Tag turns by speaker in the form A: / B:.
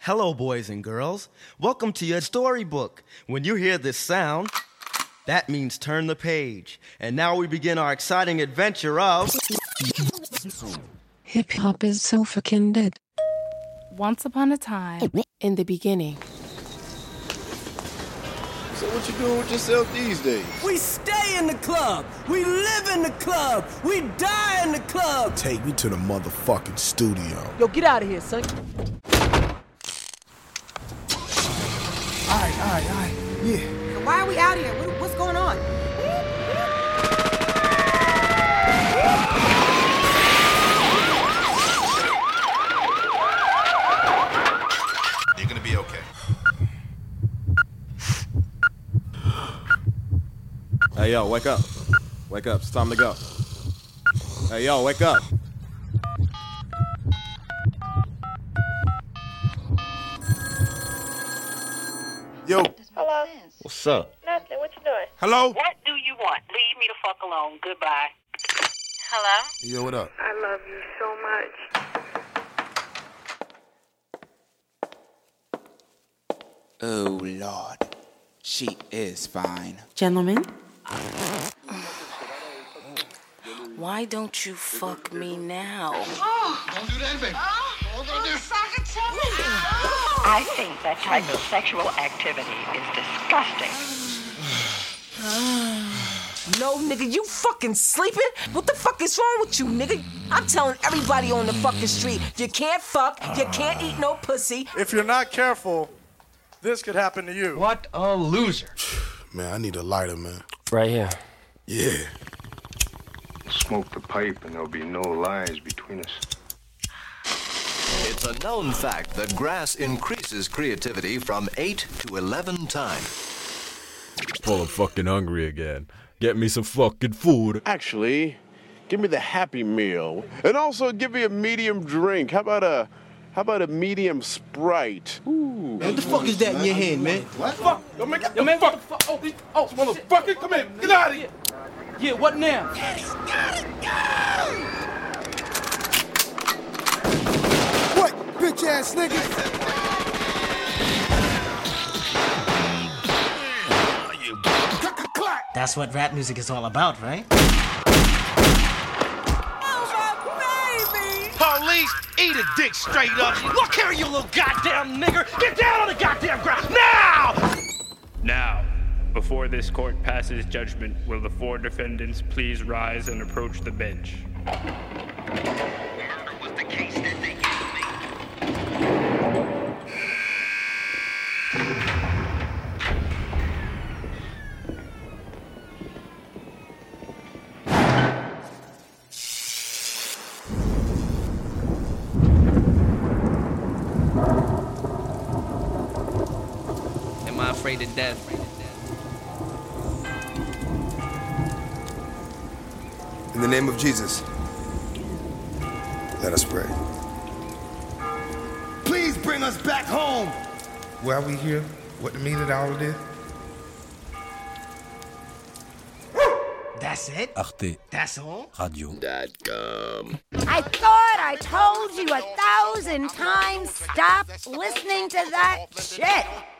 A: Hello, boys and girls. Welcome to your storybook. When you hear this sound, that means turn the page. And now we begin our exciting adventure of.
B: Hip hop is so fucking dead.
C: Once upon a time,
D: in the beginning.
E: So what you doing with yourself these days?
F: We stay in the club. We live in the club. We die in the club.
G: Take me to the motherfucking studio.
H: Yo, get out of here, son.
I: Alright, alright, alright. Yeah.
J: Why are we out here? What, what's going on?
K: You're gonna be okay.
L: Hey yo, wake up. Wake up, it's time to go. Hey yo, wake up.
M: Yo.
N: Hello.
L: What's up?
N: Nothing. What you doing?
L: Hello?
N: What do you want? Leave me the fuck alone. Goodbye. Hello.
L: Yo, what up?
N: I love you so much.
O: Oh Lord, she is fine.
D: Gentlemen,
C: why don't you fuck me now?
M: Don't do that, baby. Don't do this.
P: I think that type of sexual activity is disgusting.
H: No, nigga, you fucking sleeping? What the fuck is wrong with you, nigga? I'm telling everybody on the fucking street, you can't fuck, you can't eat no pussy.
Q: If you're not careful, this could happen to you.
G: What a loser. Man, I need a lighter, man.
R: Right here.
G: Yeah.
S: Smoke the pipe and there'll be no lies between us.
T: It's a known fact that grass increases creativity from 8 to 11 times.
U: Well, I'm fucking hungry again. Get me some fucking food.
E: Actually, give me the happy meal. And also give me a medium drink. How about a how about a medium sprite? Ooh.
F: What the fuck is that in your hand, man?
E: What?
F: Fuck.
Q: Yo, man, get yo, man, fuck, fuck, oh, these- oh, motherfucker, come here, get out of here. Yeah, what now?
I: What, bitch ass nigga?
F: That's what rap music is all about, right?
M: Police, eat a dick straight up. Look here, you little goddamn nigger. Get down on the goddamn ground now!
V: Now, before this court passes judgment, will the four defendants please rise and approach the bench?
W: Am I afraid of death?
X: In the name of Jesus, let us pray.
I: Please bring us back home.
X: Why are we here? What the meaning of all of this?
F: That's it?
X: Arte
F: That's all?
X: Radio. .com.
Y: I thought I told you a thousand times stop listening to that shit.